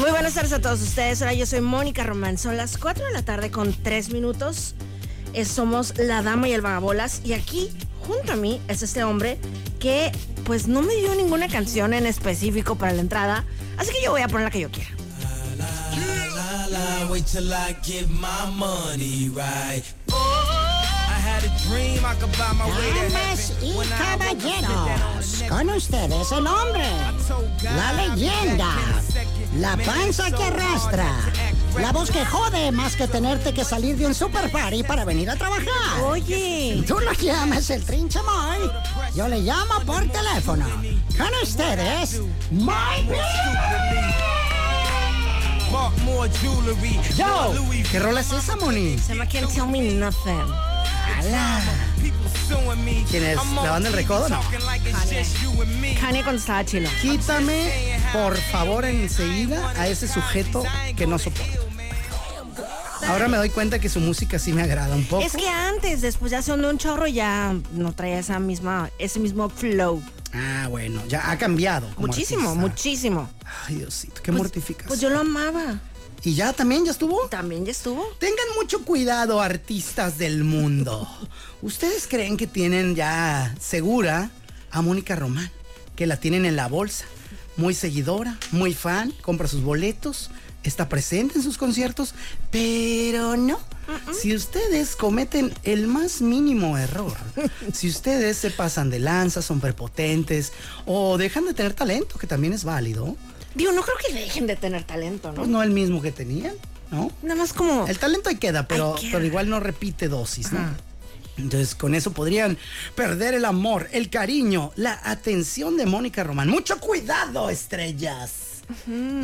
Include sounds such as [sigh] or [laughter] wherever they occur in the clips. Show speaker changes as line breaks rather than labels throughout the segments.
Muy buenas tardes a todos ustedes. Hola, yo soy Mónica Román. Son las 4 de la tarde con 3 minutos. Eh, Somos La Dama y el Vagabolas. Y aquí, junto a mí, es este hombre que, pues, no me dio ninguna canción en específico para la entrada. Así que yo voy a poner la que yo quiera.
La la, wait till I get my money right. I had a dream I could buy my way to
Damas
heaven.
y
When I woke up, I put that on the
caballeros,
neck.
con ustedes el hombre, la leyenda, la panza que arrastra, la voz que jode más que tenerte que salir de un super party para venir a trabajar.
Oye,
Tú lo llamas el trinche Moy, yo le llamo por teléfono. Con ustedes, Moy.
Bought more jewelry.
Yo,
more Louis
¿qué rola es esa, Moni?
se llama Can't Tell Me Nothing.
Ala.
People suing me.
¿Quién es?
I'm
¿La
on
banda El
TV
Recodo, no?
talking like it's just you and me.
Kanye cuando estaba chilo.
Quítame, por favor, enseguida a ese sujeto que no soporto. Ahora me doy cuenta que su música sí me agrada un poco.
Es que antes, después ya sonó un chorro, ya no traía esa misma, ese mismo flow.
Ah, bueno, ya ha cambiado. como
Muchísimo,
artista.
muchísimo.
Ay, Diosito, qué
Pues-
mortificación.
Pues yo lo amaba.
Y ya también, ya estuvo.
También ya estuvo.
Tengan mucho cuidado, artistas del mundo. ¿Ustedes creen que tienen ya segura a Mónica Román? Que la tienen en la bolsa. Muy seguidora, muy fan, compra sus boletos, está presente en sus conciertos, pero no. Si ustedes cometen el más mínimo error, si ustedes se pasan de lanza, son prepotentes o dejan de tener talento, que también es válido,
Digo, no creo que dejen de tener talento, ¿no?
pues no el mismo que tenían, ¿no?
Nada más como.
El talento ahí queda, pero,
Ahí queda.
pero igual no repite dosis, ¿no? Entonces, con eso podrían perder el amor, el cariño, la atención de Mónica Román. ¡Mucho cuidado, estrellas!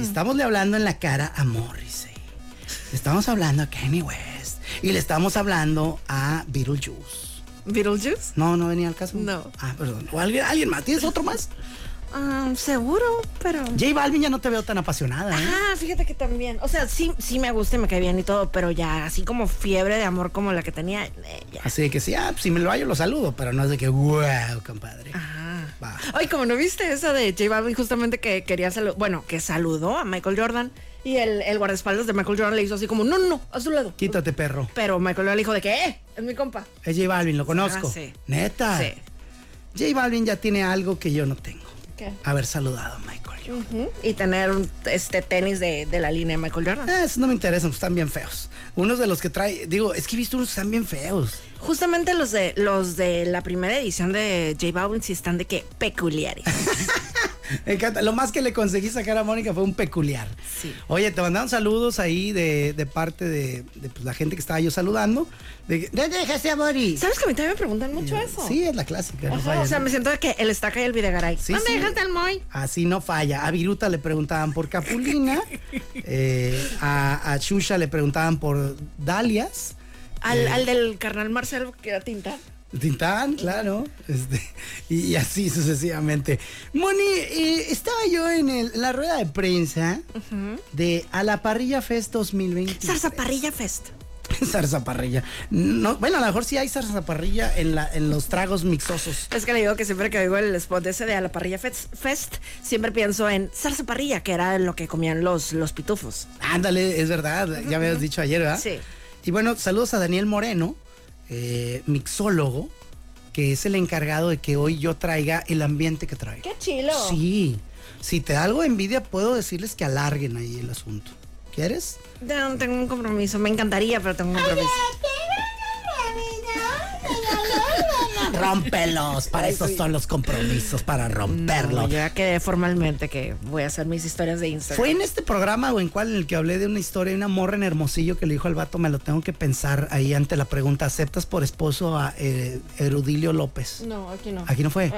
Estamosle hablando en la cara a Morrissey. Le Estamos hablando a Kanye West. Y le estamos hablando a Beetlejuice.
¿Beetlejuice?
No, no venía al caso.
No.
Ah, perdón. ¿O alguien, alguien más? ¿Tienes otro más?
Ah, seguro, pero.
J Balvin ya no te veo tan apasionada, ¿eh?
Ah, fíjate que también. O sea, sí, sí me gusta y me cae bien y todo, pero ya así como fiebre de amor como la que tenía. eh, ya.
Así que sí, ah, pues, si me lo hallo, lo saludo, pero no es de que, wow, compadre.
Ajá.
Va.
Ah. Ay, como no viste esa de J Balvin, justamente que quería saludar, bueno, que saludó a Michael Jordan y el, el guardaespaldas de Michael Jordan le hizo así como, no, no, no, a su lado.
Quítate, perro.
Pero Michael Jordan le dijo de que, eh, es mi compa.
Es J Balvin, lo conozco.
Ah, sí.
Neta.
Sí.
J Balvin ya tiene algo que yo no tengo.
¿Qué?
Haber saludado a Michael. Jordan.
Ujú. Y tener un, este tenis de, de la línea de Michael Jordan.
Ah, esos no me interesan, pues, están bien feos. Unos de los que trae, digo, es que he visto unos que están bien feos.
Justamente los de los de la primera edición de J Balvin sí están de que
[laughs]
peculiares.
Me encanta. Lo más que le conseguí sacar a Mónica fue un peculiar.
Sí.
Oye, te mandaron saludos ahí de, de parte de, de, pues, la gente que estaba yo saludando. De, que, "No dejaste a morir.
¿Sabes que a mí también me preguntan mucho eso?
Sí, es la clásica. no
Ajá,
falla,
o sea,
¿no?
me siento de que el estaca y el videgaray.
Sí,
¿Dónde
sí.
dejaste al Moy?
Así no falla. A Viruta le preguntaban por Capulina, eh, a, a Xuxa le preguntaban por Dalias,
Al, al del carnal Marcelo que era tinta.
Tintán, claro, este, y, y así sucesivamente. Moni, eh, estaba yo en el- la rueda de prensa de A la Parrilla Fest 2020.
Zarzaparrilla Fest.
Zarzaparrilla. No, bueno, a lo mejor sí hay zarzaparrilla en, la, en los tragos mixosos.
Es que le digo que siempre que oigo el spot ese de a la parrilla fest, Fest, siempre pienso en zarzaparrilla, que era lo que comían los, los pitufos.
Ándale, es verdad, ya me habías dicho ayer, ¿verdad?
Sí.
Y bueno, saludos a Daniel Moreno, eh, mixólogo, que es el encargado de que hoy yo traiga el ambiente que traigo.
¡Qué chilo!
Sí, si te da algo de envidia, puedo decirles que alarguen ahí el asunto.
[laughs]
¿Quieres?
No, tengo un compromiso. Me encantaría, pero tengo un compromiso.
Rómpelos. Para eso son los compromisos, para
No,
romperlos.
yo ya quedé formalmente que voy a hacer mis historias de Instagram.
¿Fue en este programa o en cuál en el que hablé de una historia de una morra en Hermosillo que le dijo al vato, me lo tengo que pensar ahí ante la pregunta, ¿aceptas por esposo a eh, Erudilio López?
No, aquí no.
¿Aquí no fue?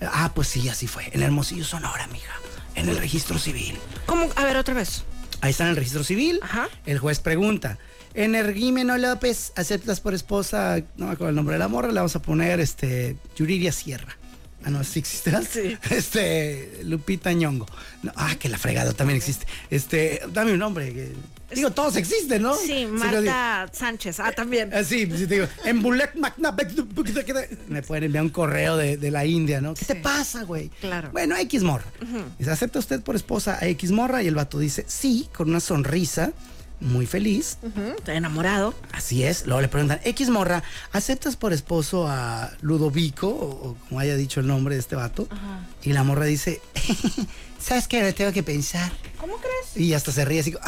Ah, pues sí, así fue. En Hermosillo, Sonora, mija. En el registro civil.
¿Cómo? A ver, otra vez.
Ahí está en el registro civil.
Ajá.
El juez pregunta. Energímeno López, ¿aceptas por esposa? No me acuerdo el nombre de la morra, le vamos a poner este Yuridia Sierra. Ah, no, sí existe. ¿verdad?
Sí.
[laughs] Este, Lupita Ñongo. No, ah, que la fregada también existe. Este, dame un nombre. que- digo, todos existen, ¿no?
Sí,
lo digo.
Marta Sánchez. Ah, también.
Ah, Sí, sí, te digo, en Bulek Magna- Me pueden enviar un correo de, de la India, ¿no? ¿Qué te pasa, güey?
Claro.
Bueno, X morra. Dice, ¿acepta usted por esposa a X morra? Y el vato dice, sí, con una sonrisa, muy feliz.
Ujú, Estoy enamorado.
Así es. Luego le preguntan, X morra, ¿aceptas por esposo a Ludovico? O, o como haya dicho el nombre de este vato. Y la morra dice, [laughs] ¿sabes qué? Le tengo que pensar.
¿Cómo crees?
Y hasta se ríe así, [laughs] como,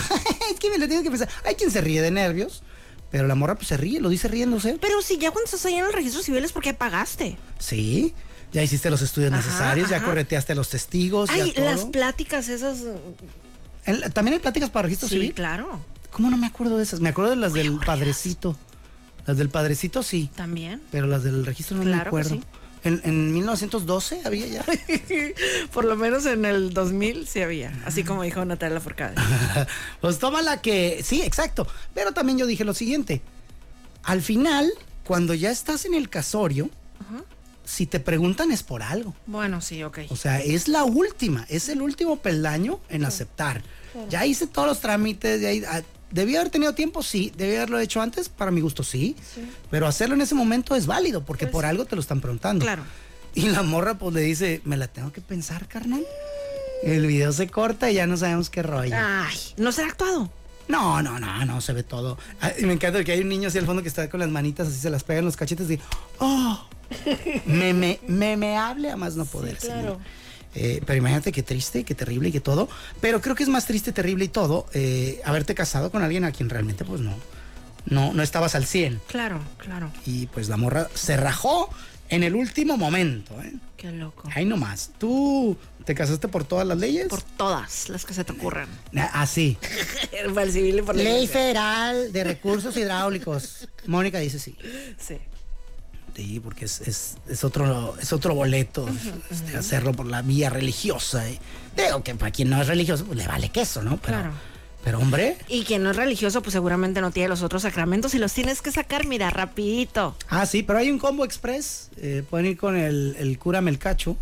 es que me lo tengo que pensar. Hay quien se ríe de nervios, pero la morra pues se ríe, lo dice riéndose.
Pero si ya cuando estás ahí en el registro civil es porque pagaste.
Sí, ya hiciste los estudios
Ajá,
necesarios, ya
ajá.
correteaste a los testigos,
Ay,
ya todo.
las pláticas esas. uh,
En la- ¿También hay pláticas para registro
Sí,
civil?
claro.
¿Cómo no me acuerdo de esas? Me acuerdo de las del padrecito. Las del padrecito sí,
También.
pero las del registro no
Claro
me
que
acuerdo.
sí.
En, en 1912 había ya. [laughs]
Por lo menos en el 2000 sí había. Así como dijo Natalia Forcade.
pues tómala que. Sí, exacto. Pero también yo dije lo siguiente. Al final, cuando ya estás en el casorio, si te preguntan es por algo.
Bueno, sí, ok.
O sea, es la última, es el último peldaño en aceptar. Ya hice todos los trámites, ya hi- ah, debí haber tenido tiempo, sí, debí haberlo hecho antes, para mi gusto sí, pero hacerlo en ese momento es válido porque por algo te lo están preguntando.
Claro.
Y la morra pues le dice, me la tengo que pensar, carnal. El video se corta y ya no sabemos qué rollo.
Ay, ¿no será actuado?
No, no, no, no, se ve todo. Ah, y me encanta que hay un niño así al fondo que está con las manitas así, se las pega en los cachetes y... ¡Oh! Me, me, me, me hable a más no poder. señor. Eh, pero imagínate qué triste, qué terrible y qué todo. Pero creo que es más triste, terrible y todo eh, haberte casado con alguien a quien realmente pues no, no, no estabas al 100.
Claro, claro.
Y pues la morra se rajó en el último momento. ¿eh?
Qué loco.
Ahí nomás. ¿Tú te casaste por todas las leyes? Ah,
Por todas las que se te ocurran.
Así.
[laughs] Para el civil y por la
Ley
iglesia.
federal
de
de
recursos hidráulicos. Mónica dice sí.
Sí.
Sí, porque es, es- es otro, es otro boleto este, hacerlo por la vía religiosa. ¿eh? Digo que para quien no es religioso, pues, le vale queso, ¿no? Pero,
Claro.
pero hombre,
Y quien no es religioso, pues seguramente no tiene los otros sacramentos y los tienes que sacar, mira, rapidito.
ah, sí, pero hay un combo express. eh, pueden ir con el, el cura Melcacho,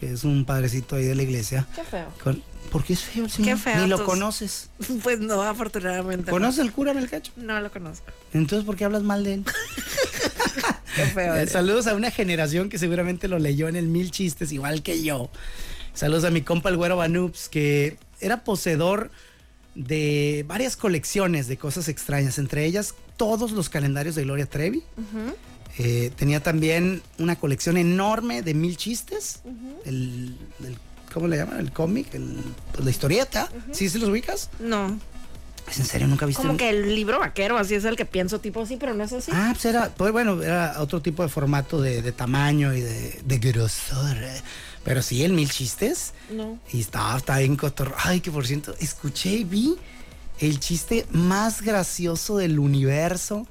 que es un padrecito ahí de la iglesia.
Qué feo. [laughs]
Con- porque es feo, sí.
Qué feo,
Ni lo
tus-
conoces.
Pues no, afortunadamente. no.
¿Conoces al cura Melcacho?
No lo conozco.
Entonces, ¿por qué hablas mal de él?
Qué
[laughs]
feo.
Eh, Saludos a una generación que seguramente lo leyó en el mil chistes, igual que yo. Saludos a mi compa el güero Banups, que era poseedor de varias colecciones de cosas extrañas, entre ellas todos los calendarios de Gloria Trevi. Eh, tenía también una colección enorme de mil chistes. el, el- ¿Cómo le llaman? El cómic, el- pues, la historieta. ¿Sí se los ubicas?
No.
¿Es en serio? ¿Nunca viste?
Como
un-
que el libro vaquero, así es el que pienso, tipo así, pero no es así.
Ah, pues era, pues bueno, era otro tipo de formato de, de tamaño y de, de grosor. eh. Pero sí, el mil chistes.
No.
Y estaba, estaba bien cotorro. Ay, que por cierto, escuché y vi el chiste más gracioso del universo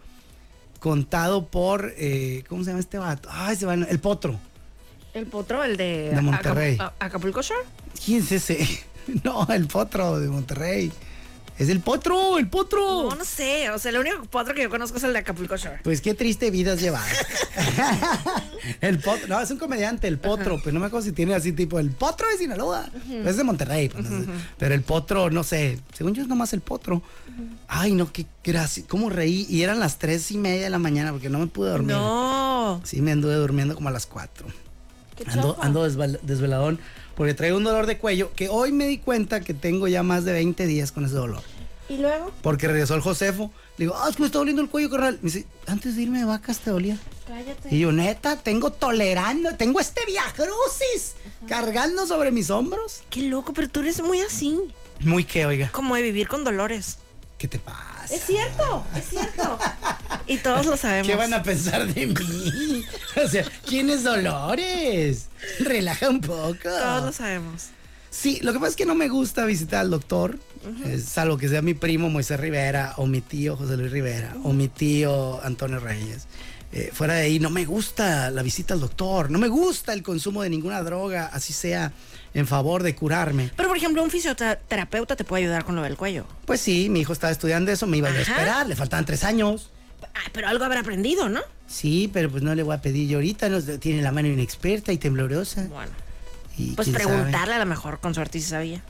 contado por, eh, ¿cómo se llama este vato? Ay, se va, el potro.
El potro, el de,
De Monterrey.
Acap- a- Acapulco Shore.
¿Quién es ese? [laughs] No, el potro de Monterrey. Es el potro, el potro.
No, no sé. O sea, el único potro que yo conozco es el de Acapulco Shore.
Pues qué triste vida has llevado. [laughs] el potro, no, es un comediante, el potro, pero no me acuerdo si tiene así tipo el potro de Sinaloa. Es de Monterrey, pues, no sé. pero el potro, no sé, según yo es nomás el potro. Ay, no, qué gracia, cómo reí. Y eran las tres y media de la mañana porque no me pude dormir.
No.
Sí, me anduve durmiendo como a las cuatro. Ando, ando desval- desveladón porque traigo un dolor de cuello que hoy me di cuenta que tengo ya más de 20 días con ese dolor.
¿Y luego?
Porque regresó el Josefo. Le digo, ah, es que me está doliendo el cuello, carnal. Me dice, antes de irme de vacas te dolía.
Cállate.
Y yo, neta, tengo tolerando, tengo este viacrucis cargando sobre mis hombros.
Qué loco, pero tú eres muy así.
Muy que, oiga.
Como de vivir con dolores.
¿Qué te pasa?
cierto, es cierto. Y todos lo sabemos.
¿Qué van a pensar de mí? [laughs] O sea, ¿quién es Dolores? Relaja un poco.
Todos lo sabemos.
Sí, lo que pasa es que no me gusta visitar al doctor, eh, salvo que sea mi primo Moisés Rivera o mi tío José Luis Rivera o mi tío Antonio Reyes. Eh, fuera de ahí, no me gusta la visita al doctor, no me gusta el consumo de ninguna droga, así sea en favor de curarme.
Pero, por ejemplo, un fisioterapeuta te puede ayudar con lo del cuello.
Pues sí, mi hijo estaba estudiando eso, me iba yo a
Ajá.
esperar, le faltaban tres años.
Ah, pero algo habrá aprendido, ¿no?
Sí, pero pues no le voy a pedir yo ahorita, no, tiene la mano inexperta y temblorosa.
Bueno.
y
Pues
quién sabe.
preguntarle a lo mejor con suerte si sabía.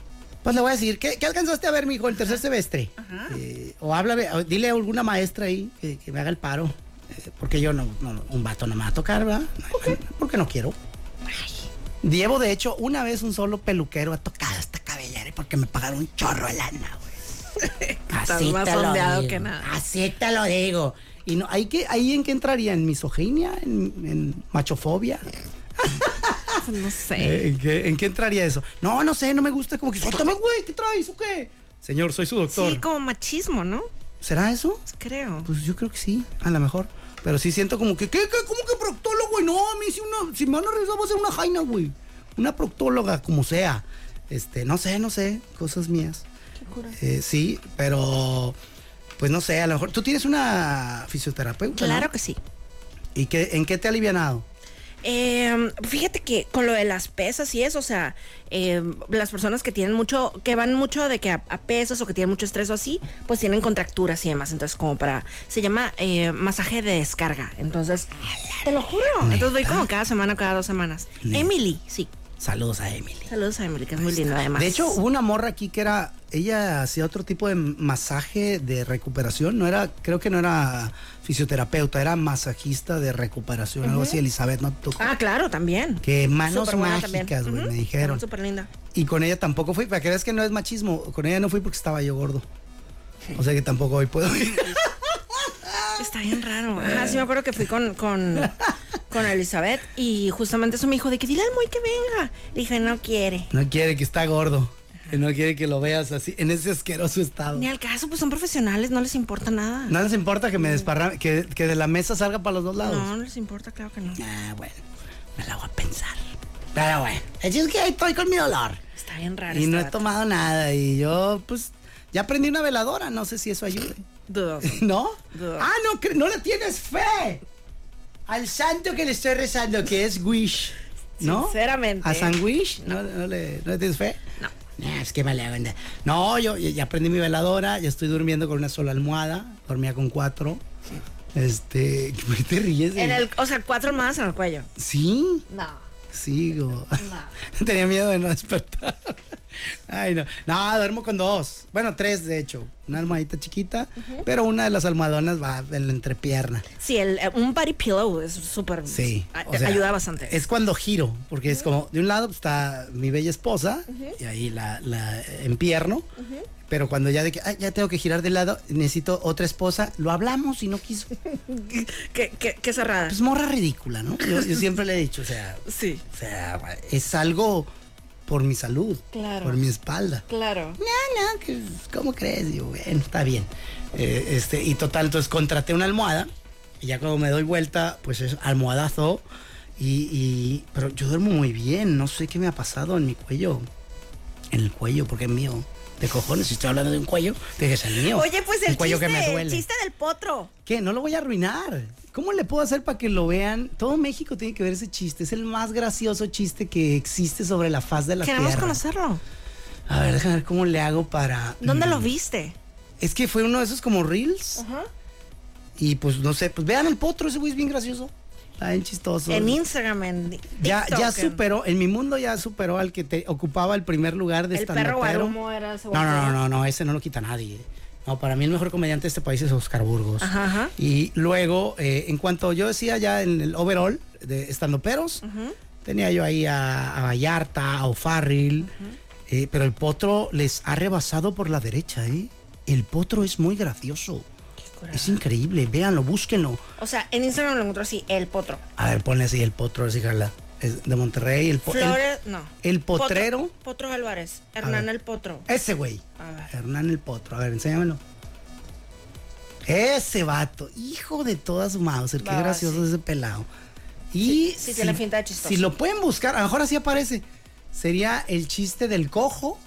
Pues le voy a decir, ¿qué, qué alcanzaste a ver, mijo, el tercer semestre? Eh, o háblame, o dile a alguna maestra ahí que, que me haga el paro. eh, porque yo no, no- un vato no me va a tocar, ¿verdad? Porque no quiero. Llevo, de hecho, una vez un solo peluquero ha tocado esta cabellera porque me pagaron un chorro de lana, güey.
[laughs] Estás más ondeado que nada.
Así te lo digo. Y no, ¿hay que, ¿ahí en qué entraría? ¿En misoginia? ¿En, en machofobia?
Ah, No sé.
Eh, ¿En qué, en qué entraría eso? No, no sé, no me gusta. Como que, suéltame, güey, ¿qué traes o qué? Señor, soy su doctor.
Sí, como machismo, ¿no?
¿Será eso?
Creo.
Pues yo creo que sí, a lo mejor. Pero sí siento como que, ¿qué, qué? ¿Cómo que proctólogo, güey? No, a mí si, una, si me van a revisar va a ser una jaina, güey. Una proctóloga, como sea. Este, no sé, no sé, cosas mías. Eh, sí, pero pues no sé, a lo mejor. Tú tienes una fisioterapeuta. ¿no?
Claro que sí.
¿Y qué, en qué te ha alivianado?
Eh, fíjate que con lo de las pesas y eso, o sea, eh, las personas que tienen mucho, que van mucho de que a, a pesas o que tienen mucho estrés o así, pues tienen contracturas y demás. Entonces, como para, se llama eh, masaje de descarga. Entonces, te lo juro. Entonces voy como cada semana, cada dos semanas.
Neta.
Emily, sí.
Saludos a Emily.
Saludos a Emily, que es muy linda además.
De hecho, hubo una morra aquí que era, ella hacía otro tipo de masaje de recuperación, no era, creo que no era fisioterapeuta, era masajista de recuperación, algo así, Elizabeth, no tocó.
Ah, claro, también.
Que manos
Súper buena también.
mágicas, güey,
Ujú.
me dijeron.
Súper linda.
Y con ella tampoco fui, para que veas que no es machismo, con ella no fui porque estaba yo gordo. O sea que tampoco hoy
[laughs]
puedo ir.
Está bien raro. ¿eh? Ajá, sí me acuerdo que fui con, con, con Elizabeth y justamente eso me dijo de que dile al muy que venga. Le dije, no quiere.
No quiere que está gordo. que No quiere que lo veas así, en ese asqueroso estado.
Ni al caso, pues son profesionales, no les importa nada.
No les importa que me desparrame, que, que de la mesa salga para los dos lados.
Mm. No, no les importa, claro que no.
Ah, bueno, me la voy a pensar. Pero bueno, el chiste es que ahí estoy con mi dolor.
Está bien raro.
Y
este
no he
vato.
tomado nada. Y yo, pues, ya prendí una veladora. No sé si eso ayude. [laughs]
Dudoso.
¿No?
Duh.
Ah, no, cre- no le tienes fe. Al santo que le estoy rezando, que es Wish. ¿No?
Sinceramente.
¿A San Wish? ¿No, no le, no le tienes fe?
No.
Ah, es que mala onda. No, yo ya ya prendí mi veladora. Ya estoy durmiendo con una sola almohada. Dormía con cuatro. Este, ¿por qué te ríes?
En el, o sea, cuatro más en el cuello.
Sí.
No.
Sigo. [laughs] Tenía miedo de no despertar. Ay, no. No, duermo con dos. Bueno, tres, de hecho. Una almohadita chiquita, pero una de las almohadonas va en la entrepierna.
Sí, el, eh, un body pillow es súper.
Sí.
a-
o sea,
Ah, ayuda bastante.
Es cuando giro, porque es como, de un lado está mi bella esposa, y ahí la, la empierno, pero cuando ya de que, "Ay, ya tengo que girar de lado, necesito otra esposa, lo hablamos y no quiso.
Qué, qué- qué cerrada.
Pues morra ridícula, ¿no? Yo, yo siempre le he dicho, o sea,
Sí.
o sea, es algo por mi salud,
Claro.
por mi espalda.
Claro.
no, no, que, ¿cómo crees? Digo, bueno, está bien. Eh, este, y total, entonces contraté una almohada. Y ya cuando me doy vuelta, pues es almohadazo. Y, y- pero yo duermo muy bien. No sé qué me ha pasado en mi cuello. En el cuello, porque es mío. De cojones, si estoy hablando de un cuello, tiene que ser mío.
Oye, pues el
Un cuello
chiste,
que me
el
duele.
chiste del potro.
¿Qué? No lo voy a arruinar. ¿Cómo le puedo hacer para que lo vean? Todo México tiene que ver ese chiste. Es el más gracioso chiste que existe sobre la faz de la
Queremos
tierra.
conocerlo.
A ver, déjame ver cómo le hago para.
¿Dónde
Mm.
lo viste?
Es que fue uno de esos como reels. Y pues no sé, pues vean el potro, ese güey es bien gracioso. Está bien chistoso.
En Instagram, en TikTok,
ya, ya
en-
superó, en mi mundo ya superó al que te ocupaba el primer lugar de
El
esta
perro Guarumo era el
No,
segundo.
no, no, no, no, ese no lo quita nadie. No, para mí el mejor comediante de este país es Oscar Burgos.
Ajá, ajá.
Y luego, eh, en cuanto yo decía ya en el overall de estando peros, tenía yo ahí a, a Vallarta, a O'Farrill, eh, pero el potro les ha rebasado por la derecha, ¿eh? El potro es muy gracioso.
Ah.
Es increíble, véanlo, búsquenlo.
O sea, en Instagram lo encontró así, el potro.
A ver, ponle así el potro, así jala. Es de Monterrey, el, po- el-
Flores, no.
el potrero.
Potro, Potro Álvarez. Hernán
ver.
el potro.
Ese güey.
A ver.
Hernán el potro. A ver, enséñamelo. Ese vato, hijo de toda su Mauser, qué
Ah,
gracioso
sí.
ese pelado. Y
Sí, sí, tiene finta de chistoso.
si lo pueden buscar, a lo mejor así aparece. Sería el chiste del cojo.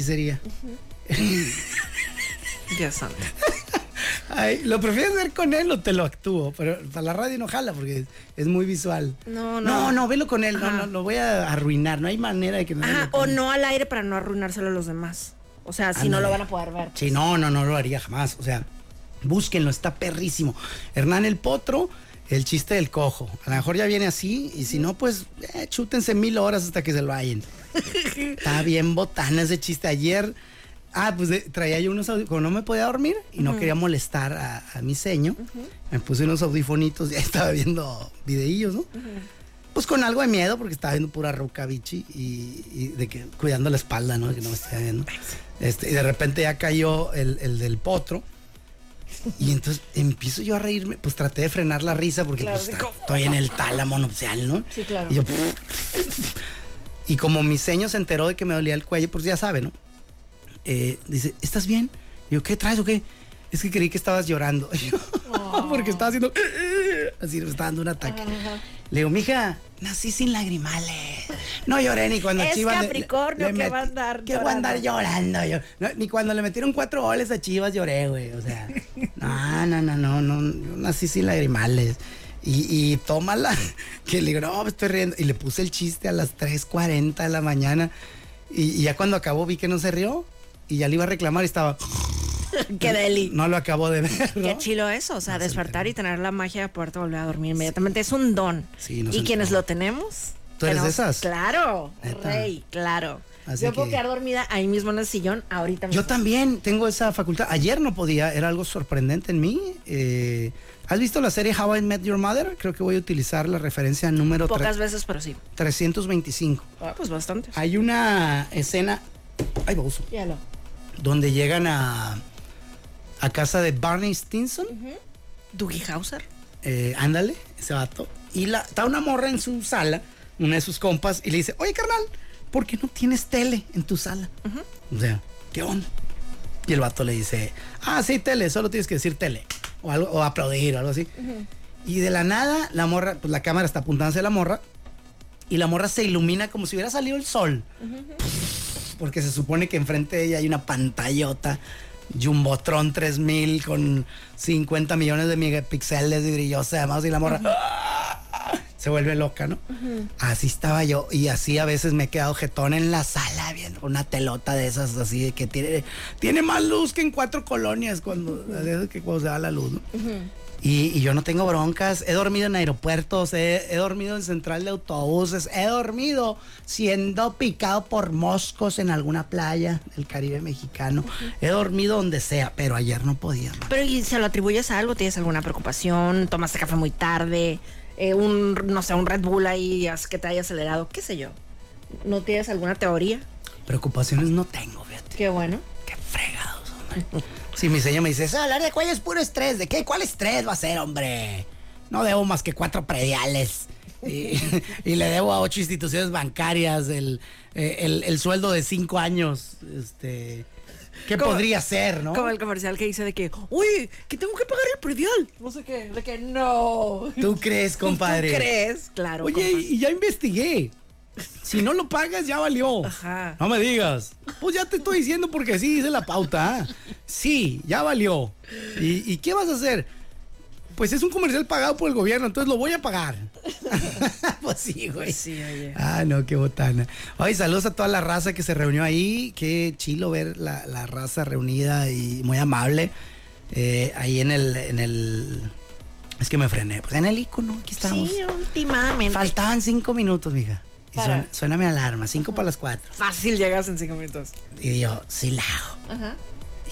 [laughs]
sería.
Dios santo.
Ay, lo prefieres ver con él o te lo actúo, pero para la radio no jala porque es, es muy visual.
No, no.
No, no, velo con él, no,
Ajá.
no, lo voy a arruinar, no hay manera de que no.
Ajá, o no al aire para no arruinárselo a los demás. O sea, si no
Ándale.
lo van a poder ver. pues.
Sí, no, no, no lo haría jamás. O sea, búsquenlo, está perrísimo. Hernán el Potro, el chiste del cojo. A lo mejor ya viene así, y si no, pues eh, chútense mil horas hasta que se
[laughs]
lo hallen. está bien botana ese chiste. Ayer, ah, pues de- traía yo unos audífonos, no me podía dormir y no quería molestar a, a mi seño. Me puse unos audifonitos y ahí estaba viendo videillos, ¿no? Pues con algo de miedo, porque estaba viendo pura roca bichi y, y de que cuidando la espalda, ¿no? Que no me estaba viendo. Este, y de repente ya cayó el, el del potro. Y entonces empiezo yo a reírme, pues traté de frenar la risa porque
Claro,
pues,
sí,
está-
¿cómo?
estoy en el tálamo nupcial, ¿no?
Sí, claro.
Y yo, y como mi seño se enteró de que me dolía el cuello, pues ya sabe, ¿no? Eh, dice, ¿estás bien? Y yo, ¿qué traes o qué? Es que creí que estabas llorando. [laughs] Y yo,
Oh.
porque estaba haciendo... [laughs] Así, me estaba dando un ataque. Le digo, mija, nací sin lagrimales. No lloré ni cuando
Es
Chivas... le- le-
Capricornio,
le
¿qué
met-
va a andar
¿Qué va a andar llorando? Yo, no, ni cuando le metieron cuatro goles a Chivas lloré, güey. O
[laughs]
sea, no, no, no, no, no. Yo nací sin lagrimales. Y, y tómala. [laughs] Que le digo, no, me estoy riendo. Y le puse el chiste a las 3.40 de la mañana. Y, y ya cuando acabó vi que no se rió. Y ya le iba a reclamar y estaba.
[laughs] Qué deli.
[laughs] No lo acabo de ver. ¿no? Ah,
Qué chilo eso, o sea, despertar y tener la magia de poderte volver a dormir inmediatamente es un don.
Sí, no
y
sé.
quienes lo tenemos.
¿Tú eres de
tenemos-
esas?
Claro,
Neta.
rey, claro.
Así
Yo puedo
que-
quedar dormida ahí mismo en el sillón ahorita mismo.
Yo también tengo esa facultad. Ayer no podía, era algo sorprendente en mí. Eh, ¿Has visto la serie How I Met Your Mother? Creo que voy a utilizar la referencia número tre-
Pocas veces, pero sí.
325.
Ah, pues bastante.
Hay una escena, ay, baboso,
Ya lo.
donde llegan a, a casa de Barney Stinson.
Dougie Hauser.
eh, ándale, ese vato. Y la, está una morra en su sala, una de sus compas, y le dice, oye, carnal, ¿por qué no tienes tele en tu sala? O sea, ¿qué onda? Y el vato le dice, ah, sí, tele, solo tienes que decir tele. O, algo, o aplaudir o algo así. Y de la nada, la morra, pues la cámara está apuntándose a la morra, y la morra se ilumina como si hubiera salido el sol. Porque se supone que enfrente de ella hay una pantallota Jumbotron 3000 con 50 millones de megapíxeles y brillosa además y la morra se vuelve loca, ¿no? Así estaba yo y así a veces me he quedado jetón en la sala viendo una telota de esas así de que tiene, tiene más luz que en cuatro colonias cuando, de esas que cuando se da la luz, ¿no? Y, y yo no tengo broncas. He dormido en aeropuertos, he, he dormido en central de autobuses, he dormido siendo picado por moscos en alguna playa del Caribe mexicano. He dormido donde sea, pero ayer no podía. man.
Pero ¿y se lo atribuyes a algo? ¿Tienes alguna preocupación? ¿Tomaste café muy tarde? Eh, un, no sé, un Red Bull ahí as- que te haya acelerado. ¿Qué sé yo? ¿No tienes alguna teoría?
Preocupaciones no tengo, fíjate.
Qué bueno.
Qué fregados, [laughs] hombre. Si mi señora me dice, "Eso de hablar de cuello es puro estrés, ¿de qué? ¿Cuál estrés va a ser, hombre? No debo más que cuatro prediales. Y, [laughs] y le debo a ocho instituciones bancarias el, eh, el- el sueldo de cinco años. Este, ¿Qué
Como-
podría ser, no?
Como el comercial que dice de que, uy, que tengo que pagar el predial. No sé qué, de que no.
¿Tú crees, compadre?
¿Tú crees? Claro.
Oye,
compa.
y ya investigué. Si no lo pagas, ya valió.
Ajá.
No me digas. Pues ya te estoy diciendo porque sí hice la pauta. ¿ah? Sí, ya valió. ¿Y, y qué vas a hacer? Pues es un comercial pagado por el gobierno, entonces lo voy a pagar. [laughs] pues sí, güey.
Sí, oye.
Ah, no, qué botana. Ay, saludos a toda la raza que se reunió ahí. Qué chilo ver la, la raza reunida y muy amable. Eh, ahí en el, en el. Es que me frené. Pues en el icono, aquí estamos.
Sí, últimamente.
Faltaban cinco minutos, mija. Y
Para.
suena, suena mi alarma, cinco para las cuatro.
Fácil llegas en cinco minutos.
Y yo, sí la hago.
Ajá.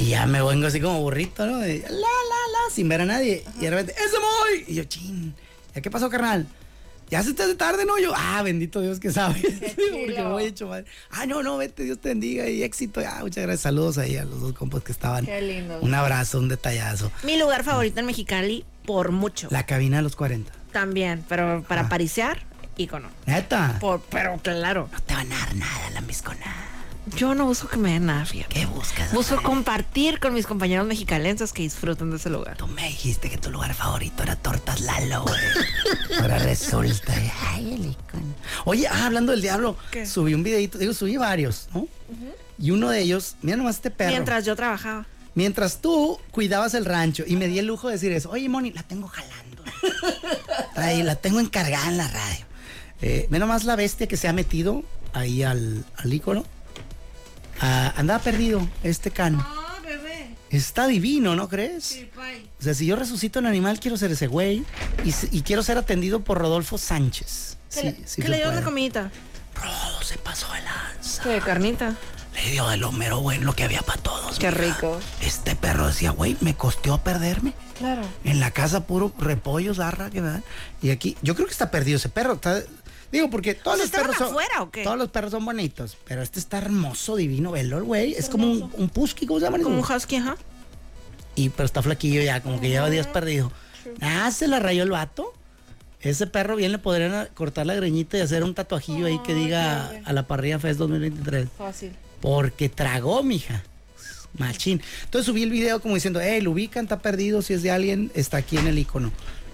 Y ya me vengo así como burrito, ¿no? De, la, la, la, sin ver a nadie. Y de repente, ¡eso voy! Y yo, chin, ¿ya qué pasó, carnal? Ya se te hace tarde, ¿no? Yo, ah, bendito Dios que sabes. [laughs] Porque
chilo.
voy hecho madre. Ah, no, no, vete, Dios te bendiga y éxito. Ah, muchas gracias. Saludos ahí a los dos compas que estaban.
Qué lindos.
Un abrazo, un detallazo.
Mi lugar favorito en Mexicali, por mucho.
La cabina de los 40.
También, pero para
Ah.
parisear, ícono.
Neta.
Por, pero claro.
No te van a dar nada, la miscona.
Yo no busco que me den nada, fíjate.
¿Qué buscas?
Busco compartir con mis compañeros mexicalenses que disfruten de ese lugar.
Tú me dijiste que tu lugar favorito era Tortas Lalo. güey. Ahora resulta. Ay, el icon.
Oye, ah, hablando del diablo,
¿Qué?
subí un videito, digo, subí varios, ¿no? Y uno de ellos, mira nomás este perro.
Mientras yo trabajaba.
Mientras tú cuidabas el rancho y me di el lujo de decir eso, oye Moni, la tengo jalando. Trae, la tengo encargada en la radio. Eh, ve nomás la bestia que se ha metido ahí al, al ícono. Ah, andaba perdido este cano.
Ah, bebé.
Está divino, ¿no crees?
pai.
O sea, si yo resucito un animal, quiero ser ese güey y, s- y quiero ser atendido por Rodolfo Sánchez.
¿Qué
Sí,
le,
sí
qué
se
le dio
puede.
la comidita?
Rodo se pasó de lanza.
Que de carnita.
Le dio de lo mero bueno lo que había para todos.
Qué
mija.
rico.
Este perro decía, güey, me costeó perderme.
Claro.
En la casa puro repollo, zarra, que verdad. Y aquí, yo creo que está perdido ese perro. está- digo, porque todos
sea,
los
¿estaban
perros son.
afuera o qué?
Todos los perros son bonitos. Pero este está hermoso, divino, velo, el güey. Es como un, un pusky, ¿cómo se llama?
Como un husky, ajá.
Y pero está flaquillo ya, como que lleva días perdido. Ah, se la rayó el vato. Ese perro bien le podrían a- cortar la greñita y hacer un tatuajillo ahí que diga a la parrilla Fest 2023.
Fácil.
Porque tragó, mija. Machín. Entonces subí el video como diciendo, hey, lo ubican, está perdido, si es de alguien, está aquí en el icono.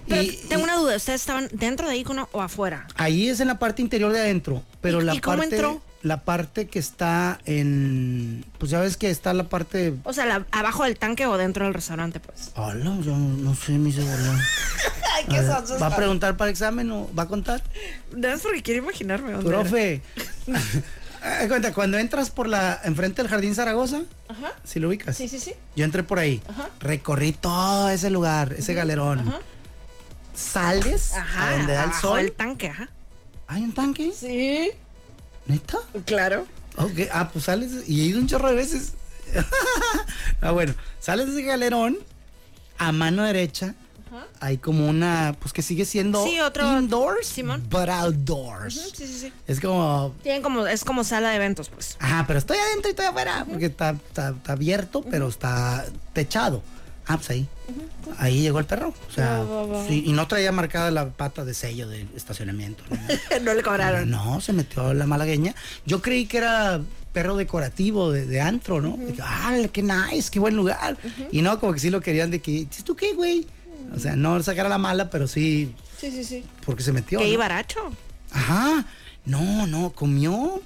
Pero
y,
tengo una duda, ¿ustedes estaban dentro de ícono o afuera?
Ahí es en la parte interior de adentro, pero
¿Y-
la
y cómo
parte
entró?
la parte que está en pues ya ves que está la parte
O sea, la- abajo del tanque o dentro del restaurante, pues.
Hola, yo no sé, mi cebolón. A ver, ¿Va a preguntar para examen o va a contar?
Nada más porque quiero imaginarme. dónde era. [laughs]
Profe. haz cuenta, cuando entras por la enfrente del Jardín Zaragoza,
Ajá.
si lo ubicas.
Sí, sí, sí.
Yo entré por ahí. Recorrí todo ese lugar, ese galerón. Sales
Ajá.
a donde da el
abajo
sol.
del tanque, ajá.
¿Hay un tanque?
Sí.
¿Neta?
Claro.
Ok, ah, pues sales y he ido un chorro de veces. [laughs] ah, bueno, sales de ese galerón a mano derecha. Hay como una, pues que sigue siendo
Sí, otro-
indoors,
Simón.
but outdoors.
Sí, sí, sí.
Es como,
Tienen como, es como sala de eventos, pues.
ajá, pero estoy adentro y estoy afuera, porque está, está- está abierto, pero está techado. Ah, pues ahí. Ahí llegó el perro. O sea, sí, y no traía marcada la pata de sello de estacionamiento. ni nada.
[laughs] no le
Pero
cobraron.
no, se metió la malagueña. Yo creí que era perro decorativo de, de antro, ¿no? De que, ah, qué nice, qué buen lugar. Y no, como que sí lo querían de que, "¿Dices ¿tú qué, güey? O sea, no sacar a la mala, pero sí,
Sí, sí, sí.
porque se metió.
Qué
¿no?
ibaracho.
Ajá. No, no, comió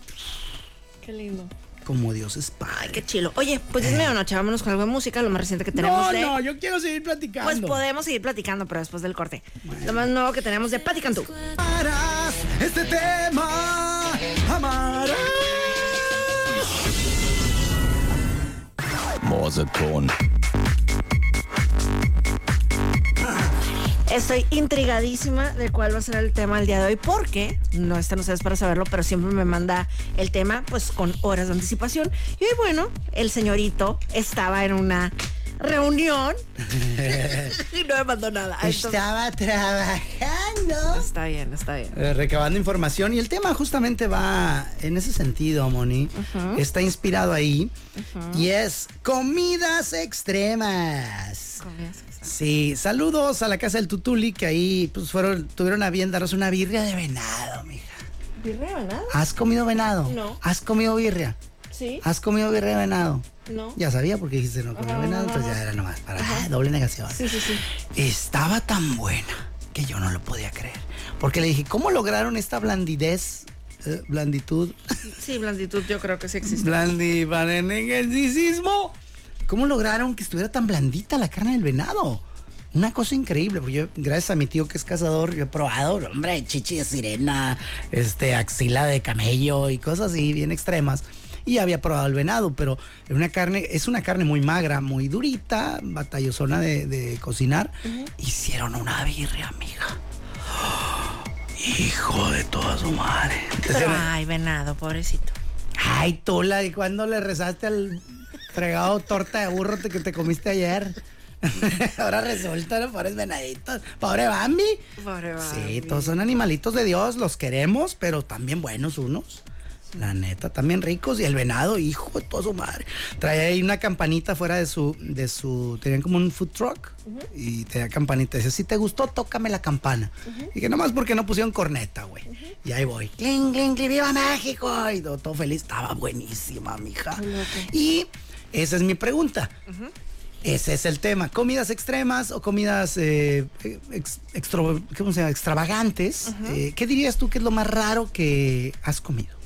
Qué lindo.
como Dios es padre.
Qué chilo. Oye, pues es medianoche, vámonos con algo de música, lo más reciente que tenemos
No,
de.
no, yo quiero seguir platicando.
Pues podemos seguir platicando, pero después del corte. Lo más nuevo que tenemos de Patti Cantú.
Amarás este tema, amarás.
Morseton.
Estoy intrigadísima de cuál va a ser el tema el día de hoy, porque no están ustedes para saberlo, pero siempre me manda el tema pues con horas de anticipación. Y hoy, bueno, el señorito estaba en una reunión [laughs] y no me mandó nada. Entonces,
Estaba trabajando.
está bien, está bien.
Eh, recabando información y el tema justamente va en ese sentido, Moni. Está inspirado ahí y es comidas extremas. Sí, saludos a la casa del Tutuli que ahí pues fueron tuvieron a bien darnos una birria de venado, mija.
¿Birria nada?
¿Has comido venado?
No.
¿Has comido birria?
Sí.
¿Has comido birria de venado?
No. Ah.
Ya sabía porque dijiste no comer venado, entonces ya era nomás para ah, doble negación.
sí, sí.
Estaba tan buena que yo no lo podía creer. Porque le dije, ¿cómo lograron esta blandidez? eh, blanditud.
Sí, blanditud, yo creo que sí existe.
Blandibanenengesismo. ¿Cómo lograron que estuviera tan blandita la carne del venado? Una cosa increíble, porque yo, gracias a mi tío que es cazador, yo he probado, hombre, chichi de sirena, este, axila de camello y cosas así bien extremas. Y había probado el venado, pero en una carne, es una carne muy magra, muy durita, batallosona de, de cocinar. Hicieron una birria, amiga. [gasps] Hijo de toda su madre.
Ay, venado, pobrecito.
Ay, tú, la de cuando le rezaste al fregado torta de burro te- que te comiste ayer. [laughs] Ahora resulta, no pobres venaditos. Pobre Bambi.
Pobre
Sí,
Bambi.
todos son animalitos de Dios, los queremos, pero también buenos unos. La neta, también ricos. Y el venado, hijo de toda su madre. Traía ahí una campanita fuera de su. de su Tenían como un food truck. Y tenía campanita. Dice, si te gustó, tócame la campana. Y que nomás porque no pusieron corneta, güey. Y ahí voy. ¡Cling, cling, cling! ¡Viva México! Y todo, todo feliz. Estaba buenísima, mija. Y esa es mi pregunta. Ese es el tema. Comidas extremas o comidas eh, ex- extro- ¿cómo se llama? extravagantes. Eh, ¿Qué dirías tú que es lo más raro que has comido?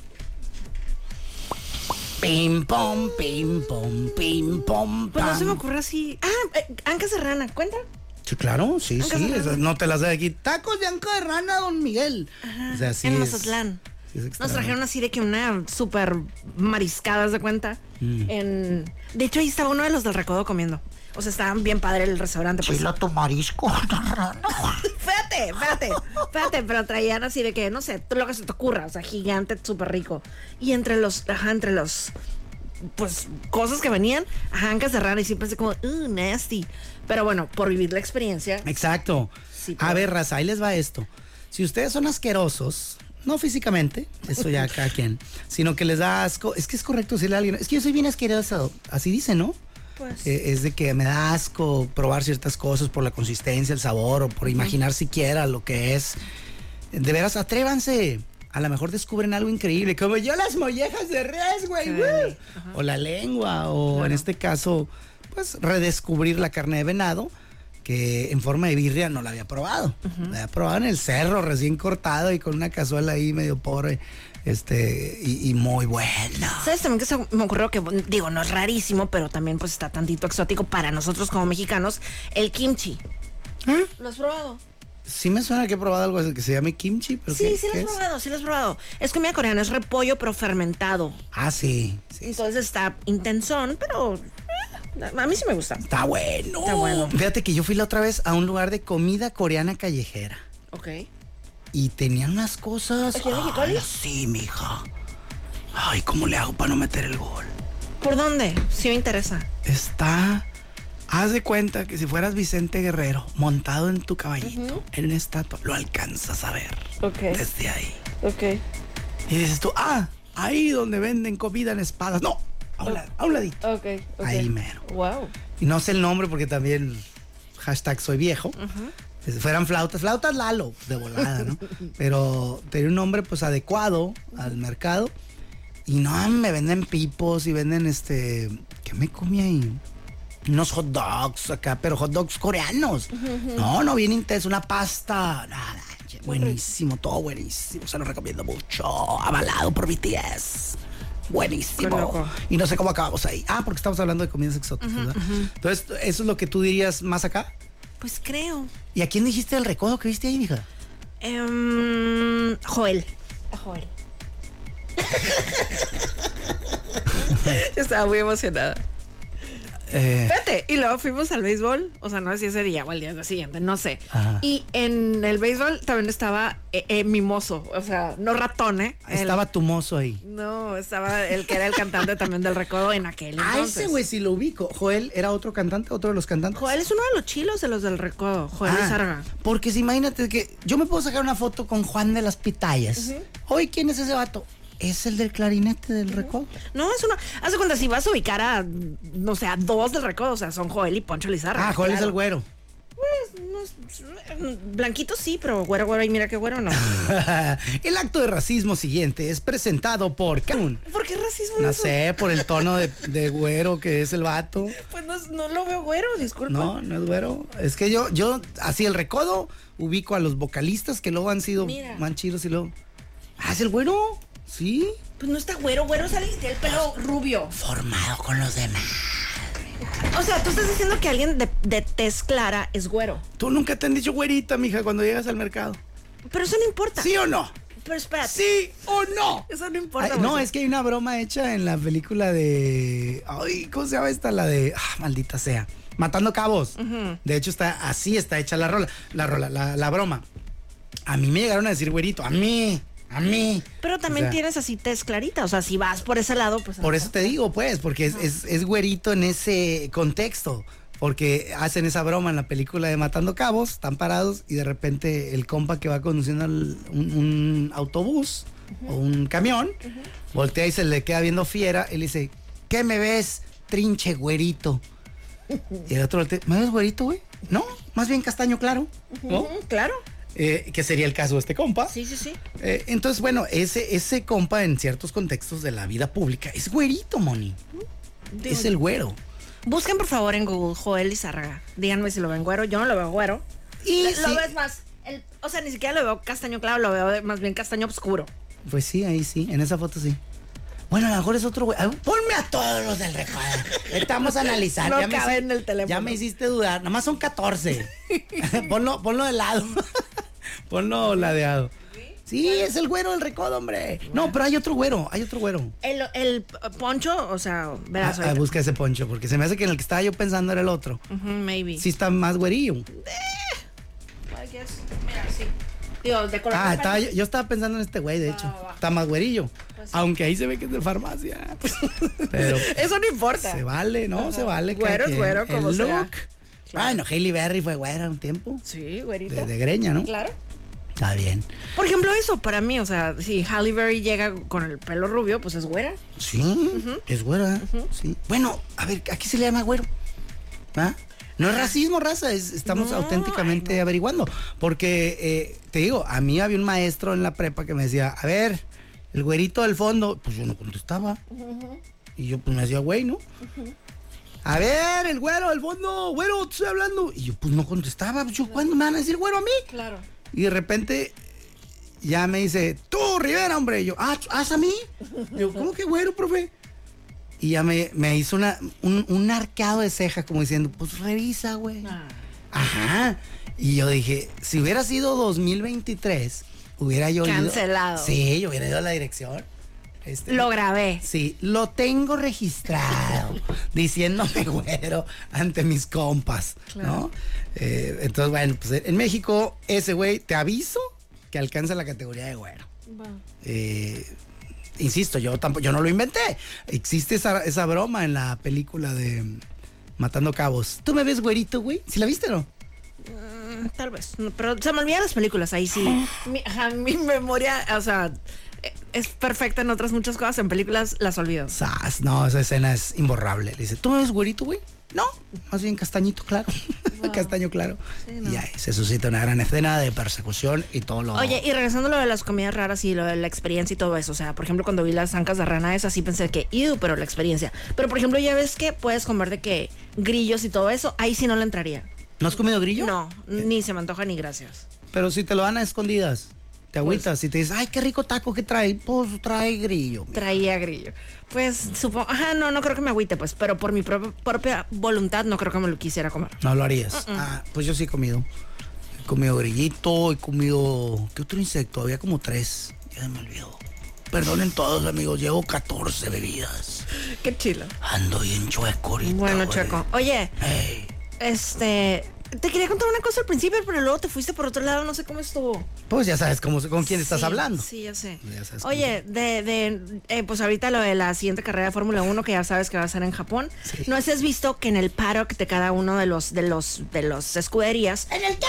Pim, pom, pim, pom, pim, pom,
Pues no se me
pam.
ocurre así. Ah, eh, Anca Serrana, ¿cuenta?
Sí, claro, sí,
Anca
sí.
de
esas no te las de aquí. Tacos de anca de rana, don Miguel. O sea, sí
en
es-
Mazatlán.
sí es
Nos
extravagante.
trajeron así de que una super mariscadas de cuenta.
Mm.
En... De hecho, ahí estaba uno de los del recodo comiendo. O sea, estaban bien padre el restaurante. Pues.
Chilo tu marisco.
[laughs] Espérate, espérate, espérate, pero traían así de que, no sé, tú lo que se te ocurra, o sea, gigante, súper rico. Y entre los, ajá, entre los, pues, cosas que venían, ajá, Anca Serrana, y siempre así como, uh, nasty. Pero bueno, por vivir la experiencia,
Exacto.
Sí,
A
pero-
ver, raza, ahí les va esto. Si ustedes son asquerosos, no físicamente, eso ya cada quien, sino que les da asco, es que es correcto decirle a alguien, es que yo soy bien asqueroso, así dice, ¿no?
pues,
Eh, es de que me da asco probar ciertas cosas por la consistencia, el sabor o por imaginar siquiera lo que es. De veras, atrévanse. A lo mejor descubren algo increíble, como yo las mollejas de res, güey.
Ándale,
¡woo! O la lengua, o en este caso, pues redescubrir la carne de venado, que en forma de birria no la había probado. La había probado en el cerro, recién cortado y con una cazuela ahí medio pobre. Este, y, y muy buena.
¿Sabes también que se me ocurrió que, digo, no es rarísimo, pero también pues está tantito exótico para nosotros como mexicanos, el kimchi. ¿Lo has probado?
Sí me suena que he probado algo que se llame kimchi, pero
Sí,
¿qué-
sí lo
qué
has
es?
probado, sí lo has probado. Es comida coreana, es repollo pero fermentado.
Ah, sí. sí.
Entonces está intensón, pero eh, a mí sí me gusta.
Está bueno.
Está bueno.
Fíjate que yo fui la otra vez a un lugar de comida coreana callejera.
Ok.
Y tenían unas cosas.
¿Aquí en
Ay,
Mexicali?
sí, mija. Ay, ¿cómo le hago para no meter el gol?
¿Por dónde? Sí me interesa.
Está. Haz de cuenta que si fueras Vicente Guerrero montado en tu caballito, en una estatua, lo alcanzas a ver
Ok,
desde ahí.
ok.
Y dices tú, ah, ahí donde venden comida en espadas. No, a un, lado- a un ladito.
Ok,
Ahí mero.
Wow.
Y no sé el nombre porque también hashtag soy viejo. Pues, Fueran flautas, flautas Lalo, de
[laughs]
volada, ¿no? Pero tenía un nombre pues adecuado al mercado. Y no, me venden pipos y venden este... ¿Qué me comí ahí? Unos hot dogs acá, pero hot dogs coreanos. No, no, bien intenso, una pasta. Nada, buenísimo, todo buenísimo. Se lo recomiendo mucho. Avalado por BTS.
Qué
Buenísimo.
loco.
Y no sé cómo acabamos ahí. Ah, porque estamos hablando de comidas exóticas, ¿verdad? Entonces, ¿eso es lo que tú dirías más acá?
Pues creo.
¿Y a quién dijiste el recodo que viste ahí, mija?
Em, Joel. A Joel. Yo [laughs] estaba muy emocionada.
Eh,
Espérate, y luego fuimos al béisbol, o sea, no sé si ese día o el día siguiente, no sé.
Ajá.
Y en el béisbol también estaba eh, eh, mimoso, o sea, no ratón, ¿eh? El-
estaba tu mozo ahí.
No, estaba el que era el cantante también del recodo en aquel
Ah,
entonces.
ese güey sí lo ubico. Joel era otro cantante, otro de los cantantes.
Joel es uno de los chilos de los del recodo, Joel
Ah,
Lizárraga.
Porque si imagínate que yo me puedo sacar una foto con Juan de las Pitayas. Hoy, ¿quién es ese vato? Es el del clarinete del recodo.
No, es uno. Haz de cuenta, si vas a ubicar a, no sé, a dos del recodo, o sea, son Joel y Poncho Lizárraga.
Ah, Joel es
claro.
el güero. [laughs]
Pues, no es- blanquito sí, pero güero, güero, y mira qué
[laughs]
güero no.
el acto de racismo siguiente es presentado por Camun.
¿Por qué racismo
No
es eso?
sé, por el tono de, de güero que es el vato.
Pues no, no lo veo güero, disculpa.
No, no es güero. Es que yo, yo, así el recodo, ubico a los vocalistas que luego han sido
Mira.
manchiros y luego. Ah, es el güero. Sí.
Pues no está güero, güero sale que tiene el pelo
Ah.
rubio.
Formado con los demás.
O sea, tú estás diciendo que alguien de, de tez clara es güero.
Tú nunca te han dicho güerita, mija, cuando llegas al mercado.
Pero eso no importa.
¿Sí
[laughs]
o no?
Pero espérate.
¿Sí o no?
Eso no importa.
Ay, no,
José.
es que hay una broma hecha en la película de. Ay, ¿cómo se llama esta? La de. Ah, maldita sea. Matando cabos. De hecho, está así está hecha la rola. La rola, la, la broma. A mí me llegaron a decir güerito. A mí. A mí.
Pero también
O sea,
tienes así tez clarita. O sea, si vas por ese lado, pues.
Por eso te digo, pues, porque es, es- es güerito en ese contexto. Porque hacen esa broma en la película de Matando Cabos, están parados y de repente el compa que va conduciendo al- un, un autobús o un camión, voltea y se le queda viendo fiera y le dice, ¿qué me ves, trinche güerito? Y el otro voltea, ¿me ves güerito, güey? No, más bien castaño claro, ¿no?
Ujú, Claro.
Eh, que sería el caso de este compa.
Sí, sí, sí.
Eh, entonces, bueno, ese, ese compa en ciertos contextos de la vida pública es güerito, Moni.
Digo,
Es el güero.
Busquen por favor en Google Joel Lizárraga. Díganme si lo ven güero. Yo no lo veo güero.
Y
Le-
sí.
lo ves más. el- o sea, ni siquiera lo veo castaño claro, lo veo más bien castaño oscuro.
Pues sí, ahí sí, en esa foto sí. Bueno, a lo mejor es otro güey. Ah, Ponme a todos los del recado. Estamos a analizar.
No
me
cabe
hici-
en el teléfono.
Ya me hiciste dudar. Nada más
[laughs]
son 14. ponlo, ponlo de lado. [laughs] ponlo ladeado. Sí, es el güero del recodo, hombre. No, pero hay otro güero, hay otro güero.
El, el poncho, o sea,
Ah,
verás.
ah,
ahorita.
busca ese poncho, porque se me hace que en el que estaba yo pensando era el otro.
Ujú, maybe.
Sí está más güerillo.
Ay, ¿qué es? Mira, sí. Digo, de color.
Ah,
de
estaba-
pelo.
yo, yo estaba pensando en este güey, de hecho.
Ah, va.
Está más güerillo.
Pues sí.
Aunque ahí se ve que es
[laughs]
de farmacia. Pero
Eso no importa.
se vale, ¿no? Se vale. cada
Güero es
quien.
güero,
El
como
look.
sea.
Bueno, Hailey Berry fue güera un tiempo.
Sí, güerito.
De, de greña, ¿no?
Claro.
Está bien.
Por ejemplo, eso para mí, o sea, si Halle Berry llega con el pelo rubio, pues es güera.
Sí, es güera. sí. Bueno, a ver, aquí se le llama güero. ¿Ah? No es racismo, raza, es- estamos
No,
auténticamente averiguando. Porque, eh, te digo, a mí había un maestro en la prepa que me decía, a ver, el güerito del fondo, pues yo no contestaba. Y yo pues me decía, güey, ¿no? A ver, el güero del fondo, güero, te estoy hablando. Y yo pues no contestaba, pues, yo, ¿cuándo me van a decir güero a mí?
Claro.
Y de repente ya me dice, tú, Rivera, hombre. Y yo, ah, ch- ¿haz a mí? Y yo, ¿cómo que güero, profe? Y ya me, me hizo una, un, un arqueado de ceja, como diciendo, pues revisa, güey.
Ah.
Ajá. Y yo dije, si hubiera sido 2023, hubiera yo ido-
Cancelado.
Sí, yo hubiera ido a la dirección. Este,
Lo grabé.
Sí, lo tengo registrado, diciéndome [laughs] güero ante mis compas, ¿no? Eh, entonces, bueno, pues en México, ese güey, te aviso que alcanza la categoría de güero. Eh, insisto, yo tampoco, yo no lo inventé. Existe esa, esa broma en la película de mm, Matando Cabos. ¿Tú me ves güerito, güey? ¿Si la viste o no?
Mm, Tal vez, no, pero se me olvidan las películas, ahí sí. Mi, ajá, mi memoria, o sea, eh, es perfecta en otras muchas cosas, en películas las olvido.
Sas, no, esa escena es imborrable. Le dice, ¿tú me ves güerito, güey? No, más bien castañito, claro. [laughs] Castaño, claro. Y ahí se suscita una gran escena de persecución y todo lo...
Oye, y regresando a lo de las comidas raras y lo de la experiencia y todo eso, o sea, por ejemplo, cuando vi las zancas de rana esas, sí pensé que, iu, pero la experiencia. Pero, por ejemplo, ya ves que puedes comer de que grillos y todo eso, ahí sí no le entraría.
¿No has comido grillo?
No, ni se me antoja ni gracias.
Pero si te lo dan a escondidas,
Pues
te agüitas y te dices, ay, qué rico taco que trae. Pues trae grillo.
Traía grillo. Pues supongo, ajá, no, no creo que me agüite, pues, pero por mi pro- propia voluntad no creo que me lo quisiera comer.
No lo harías. Ah, pues yo sí he comido. He comido grillito, he comido... ¿Qué otro insecto? Había como tres. Ya se me olvidó. Perdonen todos, amigos. Llevo 14 bebidas.
Qué chilo.
Ando bien chueco ahorita.
Bueno,
güey.
Checo. Oye,
Ey.
este. Te quería contar una cosa al principio, pero luego te fuiste por otro lado, no sé cómo estuvo.
Pues ya sabes cómo, con quién estás
Sí,
hablando.
Sí, ya sé.
Ya sabes
Oye, de, de eh, pues ahorita lo de la siguiente carrera de Fórmula 1 que ya sabes que va a ser en Japón.
Sí.
No sé si has visto que en el paddock de cada uno de los de los de los escuderías
¿En el qué?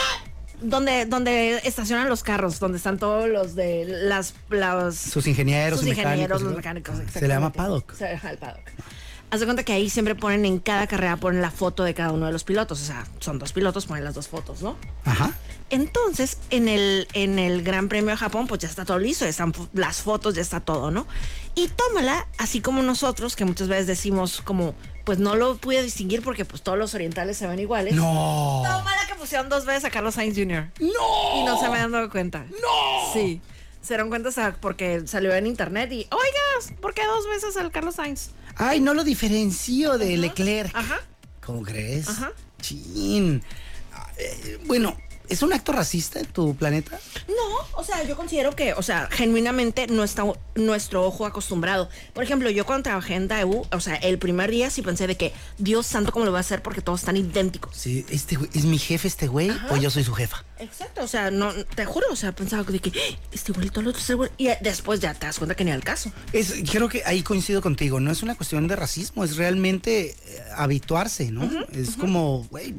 donde donde estacionan los carros, donde están todos los de las las
Sus ingenieros,
sus
y mecánicos,
ingenieros, los
¿no?
mecánicos.
Se le llama
exactamente.
paddock.
Se deja el paddock. Haz de cuenta que ahí siempre ponen en cada carrera, ponen la foto de cada uno de los pilotos. O sea, son dos pilotos, ponen las dos fotos, ¿no?
Ajá.
Entonces, en el, en el Gran Premio de Japón, pues ya está todo listo, ya están fo- las fotos, ya está todo, ¿no? Y tómala, así como nosotros, que muchas veces decimos como, pues no lo pude distinguir porque pues todos los orientales se ven iguales.
No.
Tómala que pusieron dos veces a Carlos Sainz Jr.
No.
Y no se me han dado cuenta. ¡No! Sí. Se dieron cuenta o sea, porque salió en internet y, oigas, ¿por qué dos veces al Carlos Sainz?
Ay, no lo diferencio de Leclerc.
Ajá.
¿Cómo crees?
Ajá.
Chin. Ah, eh, Bueno, ¿es un acto racista en tu planeta?
No, o sea, yo considero que, o sea, genuinamente no está nuestro ojo acostumbrado. Por ejemplo, yo cuando trabajé en Daewoo, o sea, el primer día sí pensé de que, Dios santo, ¿cómo lo va a hacer? Porque todos están idénticos.
Sí, este güey, ¿es mi jefe este güey o yo soy su jefa?
Exacto, o sea, no, te juro, o sea, pensaba de que, "Eh, este igualito al otro, este igual-". Y eh, después ya te das cuenta que ni al caso.
Es, creo que ahí coincido contigo, no es una cuestión de racismo, es realmente eh, habituarse, ¿no? es como, güey,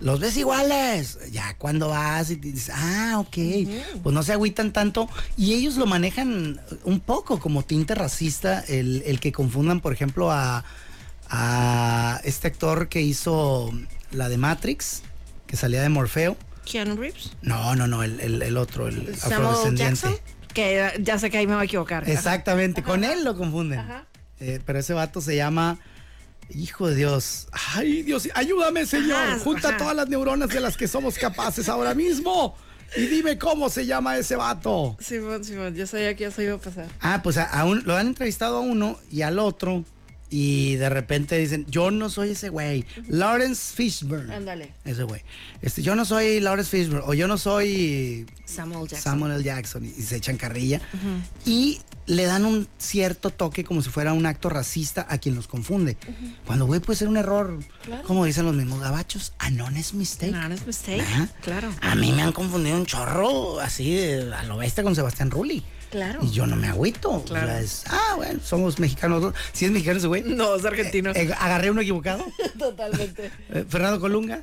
los ves iguales. Ya cuando vas y dices, ah, ok, pues no se agüitan tanto. Y ellos lo manejan un poco como tinte racista, el, el que confundan, por ejemplo, a, a este actor que hizo la de Matrix, que salía de Morfeo.
Keanu Reeves.
No, no, no, el, el- el otro, el
Samuel
afrodescendiente.
Jackson. Que eh, ya sé que ahí me voy a equivocar.
Exactamente, con él lo confunden.
Ajá.
Eh, pero ese vato se llama Hijo de Dios. Ay, Dios, ayúdame, Señor.
Ajá,
Junta
ajá.
todas las neuronas de las que somos capaces ahora mismo. Y dime cómo se llama ese vato.
Simón, Simón, yo sabía que eso iba a pasar.
Ah, pues a, a un- lo han entrevistado a uno y al otro. Y de repente dicen, yo no soy ese güey. Lawrence Fishburne.
Ándale.
Ese güey. Este, yo no soy Lawrence Fishburne. O yo no soy
Samuel Jackson.
Samuel L. Jackson y, y se echan carrilla. Y le dan un cierto toque como si fuera un acto racista a quien los confunde. Cuando, güey, puede ser un error. Como dicen los mismos gabachos, "Ah, a honest mistake.
No, no es mistake.
Ajá. Ah,
Claro.
A mí me han confundido un chorro así de- a lo bestia con Sebastián Rulli.
Claro.
Y yo no me agüito.
Claro.
O sea, es, ah, bueno, somos mexicanos. Si es mexicano ese güey.
No, es argentino.
Eh, agarré uno equivocado.
[laughs] Totalmente.
Eh, Fernando Colunga.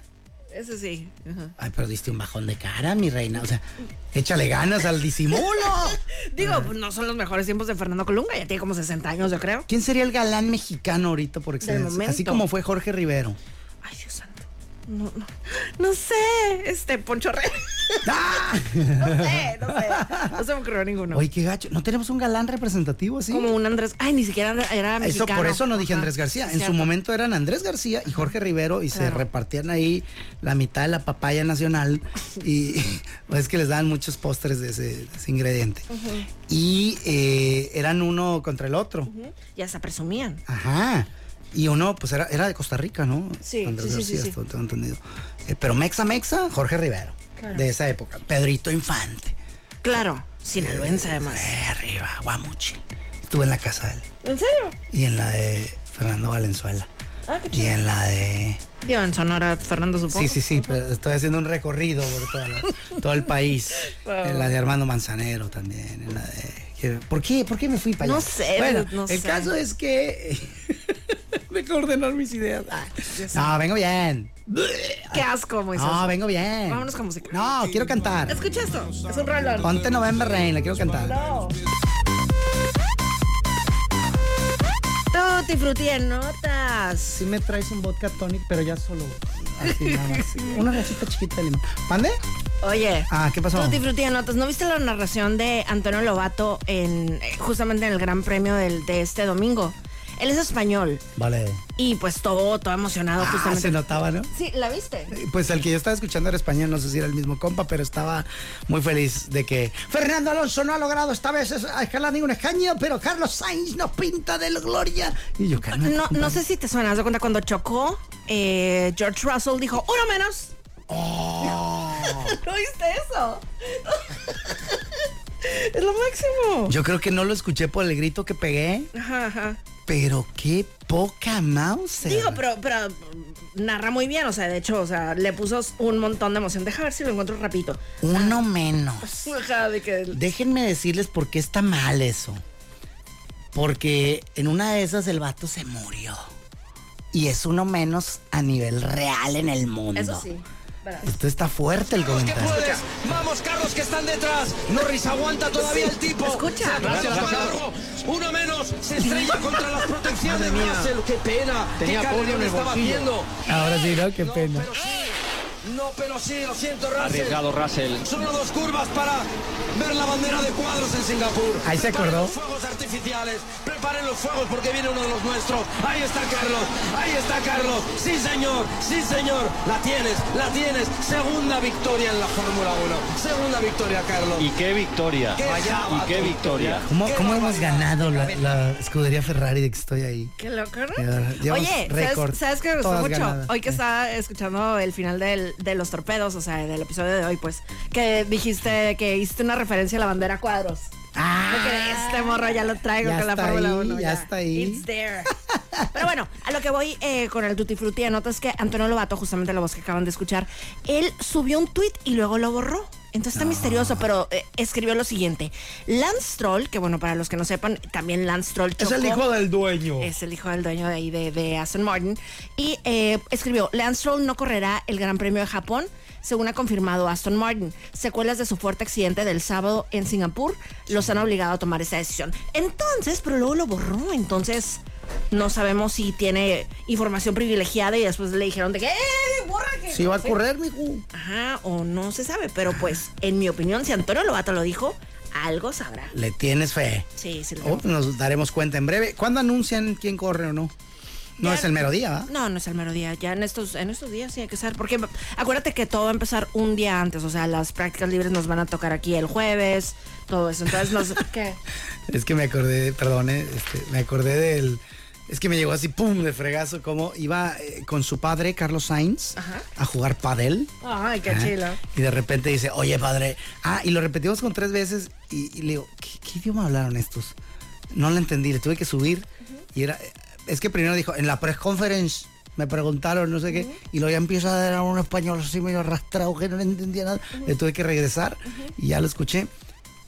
Eso sí. Ajá.
Ay, pero diste un bajón de cara, mi reina. O sea, échale ganas al disimulo.
[laughs] Digo, pues, no son los mejores tiempos de Fernando Colunga. Ya tiene como 60 años, yo creo.
¿Quién sería el galán mexicano ahorita por excelencia?
momento.
Así como fue
[laughs]
Jorge Rivero.
Ay, Dios santo. No, no. No sé. Este, Poncho Rey.
[laughs] ¡Ah!
No sé, no sé. No se me ocurrió ninguno.
Oye, qué gacho. ¿No tenemos un galán representativo así?
Como un Andrés. Ay, ni siquiera era- era
Eso,
mexicano.
por eso no dije
Ajá.
Andrés García.
Sí,
En su
cierto.
momento eran Andrés García y Jorge Rivero y se
Claro.
repartían ahí la mitad de la papaya nacional y [laughs] pues es que les daban muchos pósteres de ese, de ese ingrediente. Y eh, eran uno contra el otro.
Ya se presumían.
Ajá. Y uno, pues era, era de Costa Rica, ¿no?
Sí,
Andrés
sí, sí, sí,
García,
sí.
esto tengo entendido. Eh, pero Mexa Mexa, Jorge Rivero,
Claro.
de esa época. Pedrito Infante.
Claro, sinaloense además.
Eh, arriba, Guamuchi. Estuve en la casa de él.
¿En serio?
Y en la de Fernando Valenzuela.
Ah, qué
Y en la de.
Digo, en Sonora, Fernando, supongo.
Sí, sí, sí, pero estoy haciendo un recorrido por toda la- todo el país.
[laughs] Wow.
En la de Armando Manzanero también. En la de. ¿Por qué? ¿Por qué me fui para allá?
No sé,
Bueno,
no
el
sé.
caso es que. [laughs] Dejo ordenar mis ideas. Ah, no, vengo bien.
Qué asco, Moisés.
No, vengo bien.
Vámonos con música.
No, quiero cantar.
Escucha esto, es un rolón.
Ponte November Rain, la quiero cantar.
Tutti frutti en notas.
Sí me traes un vodka tonic, pero ya solo. Así, nada
[laughs]
más. Una receta chiquita de limón. ¿Pande?
Oye.
Ah, ¿qué pasó?
Tutti frutti en notas. ¿No viste la narración de Antonio Lobato en eh, justamente en el Gran Premio del, de este domingo? Él es español
Vale.
y pues todo, todo emocionado
Ah,
justamente.
se notaba, ¿no?
Sí, ¿la viste?
Pues el que yo estaba escuchando era español, no sé si era el mismo compa, pero estaba muy feliz de que Fernando Alonso no ha logrado esta vez es- a escalar ningún escaño, pero Carlos Sainz nos pinta de la gloria. Y yo, "Cálmate,
No, no
compadre".
sé si te suena, haz de cuenta cuando chocó, eh, George Russell dijo, uno menos. Oh. [laughs] ¿No viste eso? [laughs] es lo máximo.
Yo creo que no lo escuché por el grito que pegué,
Ajá, ajá.
pero qué poca mouse.
Digo, pero, pero mm, narra muy bien, o sea, de hecho, o sea, le puso un montón de emoción. Deja ver si lo encuentro rapidito.
Uno menos.
Ajá, de que...
Déjenme decirles por qué está mal eso. Porque en una de esas el vato se murió. Y es uno menos a nivel real en el mundo.
Eso sí. ¿verdad?
Esto Pues está fuerte el
Pues que
comentario.
puedes. Vamos, Carlos, que están detrás. Norris aguanta todavía el tipo.
Escucha.
Se atrasa,
Gracias,
va largo. Uno menos. Se estrella contra las protecciones de Russell. Qué pena. Tenía ¿Qué carrerón estaba haciendo?
Ahora sí, ¿no? Qué
No,
pena.
pero sí. No, pero sí, lo siento, Russell.
Arriesgado Russell.
Solo dos curvas para ver la bandera de cuadros en Singapur.
Ahí se
Preparen
acordó.
los fuegos artificiales. Preparen los fuegos porque viene uno de los nuestros. Ahí está Carlos. Ahí está Carlos. Sí, señor. Sí, señor. La tienes. La tienes. Segunda victoria en la Fórmula 1. Segunda victoria, Carlos.
Y qué victoria.
Qué sábado.
y qué victoria.
¿Cómo,
Qué
cómo hemos
barbaridad.
ganado la, la escudería Ferrari de que estoy ahí?
Qué loco,
Ya,
¿no?
Eh, llevamos
Oye,
récord.
¿sabes, ¿sabes qué me gustó
Todas
mucho?
ganadas.
Hoy que
Eh.
estaba escuchando el final del- de los torpedos, o sea, del episodio de hoy, pues, que dijiste que hiciste una referencia a la bandera cuadros. Porque este morro ya lo traigo
Ya
con la
está
Fórmula
ahí,
1.
ya está ahí.
It's there. Pero bueno, a lo que voy eh, con el Tutti Frutti, anotas que Antonio Lobato, justamente la voz que acaban de escuchar, él subió un tweet y luego lo borró. Entonces
Ah.
está misterioso, pero eh, escribió lo siguiente. Lance Troll, que bueno, para los que no sepan, también Lance Troll
Es el
chocó- Eh,
hijo del dueño.
es el hijo del dueño de ahí de, de Aston Martin. Y eh, escribió, Lance Stroll no correrá el Gran Premio de Japón, según ha confirmado Aston Martin. Secuelas de su fuerte accidente del sábado en Singapur los han obligado a tomar esa decisión. Entonces, pero luego lo borró, entonces no sabemos si tiene información privilegiada y después le dijeron de que, ¡eh, borra que-".
Si va a correr, mijo.
Ajá, o no se sabe, pero pues, en mi opinión, si Antonio Lobato lo dijo, algo sabrá.
Le tienes fe.
Sí, sí. lo
Oh, nos daremos cuenta en breve. ¿Cuándo anuncian quién corre o no? No
Ya-
es el mero día, ¿verdad?
No, no es el mero día. Ya en estos, en estos días sí hay que ser. Porque acuérdate que todo va a empezar un día antes. O sea, las prácticas libres nos van a tocar aquí el jueves, todo eso. Entonces
[laughs]
nos. ¿Qué?
Es que me acordé, perdón, eh, este, me acordé del... Es que me llegó así, pum, de fregazo, como iba eh, con su padre, Carlos Sainz,
Ajá.
a jugar padel.
Ay, qué
Ajá.
chilo.
Y de repente dice, oye, padre. Ah, y lo repetimos con tres veces y, y le digo, ¿qué, qué idioma hablaron estos? No lo entendí, le tuve que subir. Y era, es que primero dijo, en la press conference me preguntaron, no sé qué, y luego ya empieza a dar un español así medio arrastrado que no le entendía nada. Le tuve que regresar y ya lo escuché.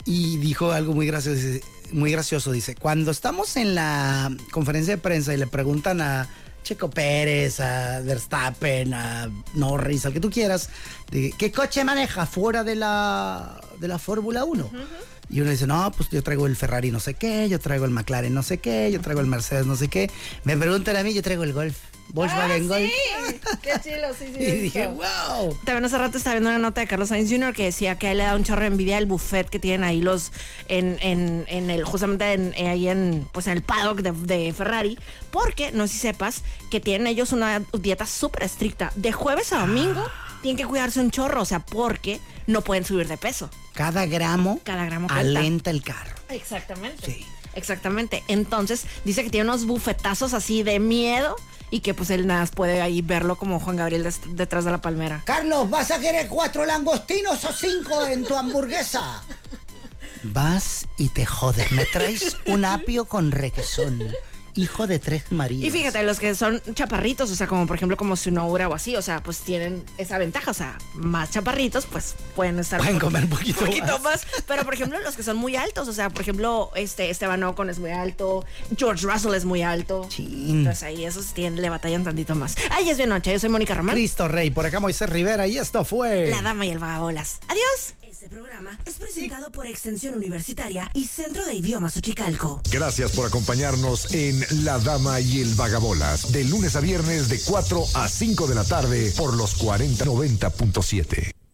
Y dijo algo muy gracioso, dice, muy gracioso, dice, cuando estamos en la conferencia de prensa y le preguntan a Checo Pérez, a Verstappen, a Norris, al que tú quieras, de, ¿qué coche maneja fuera de la, de la Fórmula 1? Y uno dice, no, pues yo traigo el Ferrari no sé qué, yo traigo el McLaren no sé qué, yo traigo el Mercedes no sé qué. Me preguntan a mí, yo traigo el Golf, Volkswagen Golf.
Ah, Qué chilo, sí,
[laughs] Y dije, wow.
También hace rato estaba viendo una nota de Carlos Sainz Jr. que decía que a él le da un chorro de envidia el buffet que tienen ahí los en, en, en el, justamente en, eh, ahí en pues en el paddock de, de Ferrari. Porque, no sé si sepas, que tienen ellos una dieta súper estricta. De jueves a domingo tienen que cuidarse un chorro, o sea, porque no pueden subir de peso.
Cada gramo,
Cada gramo cuenta.
alenta el carro.
Exactamente.
Sí.
Exactamente. Entonces, dice que tiene unos bufetazos así de miedo y que pues él nada más puede ahí verlo como Juan Gabriel des- detrás de la palmera.
Carlos, ¿vas a querer cuatro langostinos o cinco en tu hamburguesa?
Vas y te jodes. Me traes un apio con requesón. Hijo de tres Marías.
Y fíjate, los que son chaparritos, o sea, como por ejemplo como Sunora o así, o sea, pues tienen esa ventaja, o sea, más chaparritos, pues pueden estar...
Pueden
un poquito-
comer un poquito
poquito más. Pero por ejemplo, los que son muy altos, o sea, por ejemplo, este Esteban Ocon es muy alto, George Russell es muy alto.
Chin.
Entonces ahí esos tienen, le batallan tantito más. Ay, es bien noche, yo soy Mónica Román.
Cristo Rey, por acá Moisés Rivera y esto fue...
La Dama y el Vagabolas. Adiós. Este programa es presentado por Extensión Universitaria y Centro de Idiomas Uchicalco.
Gracias por acompañarnos en La Dama y el Vagabolas, de lunes a viernes de 4 a 5 de la tarde por los 4090.7.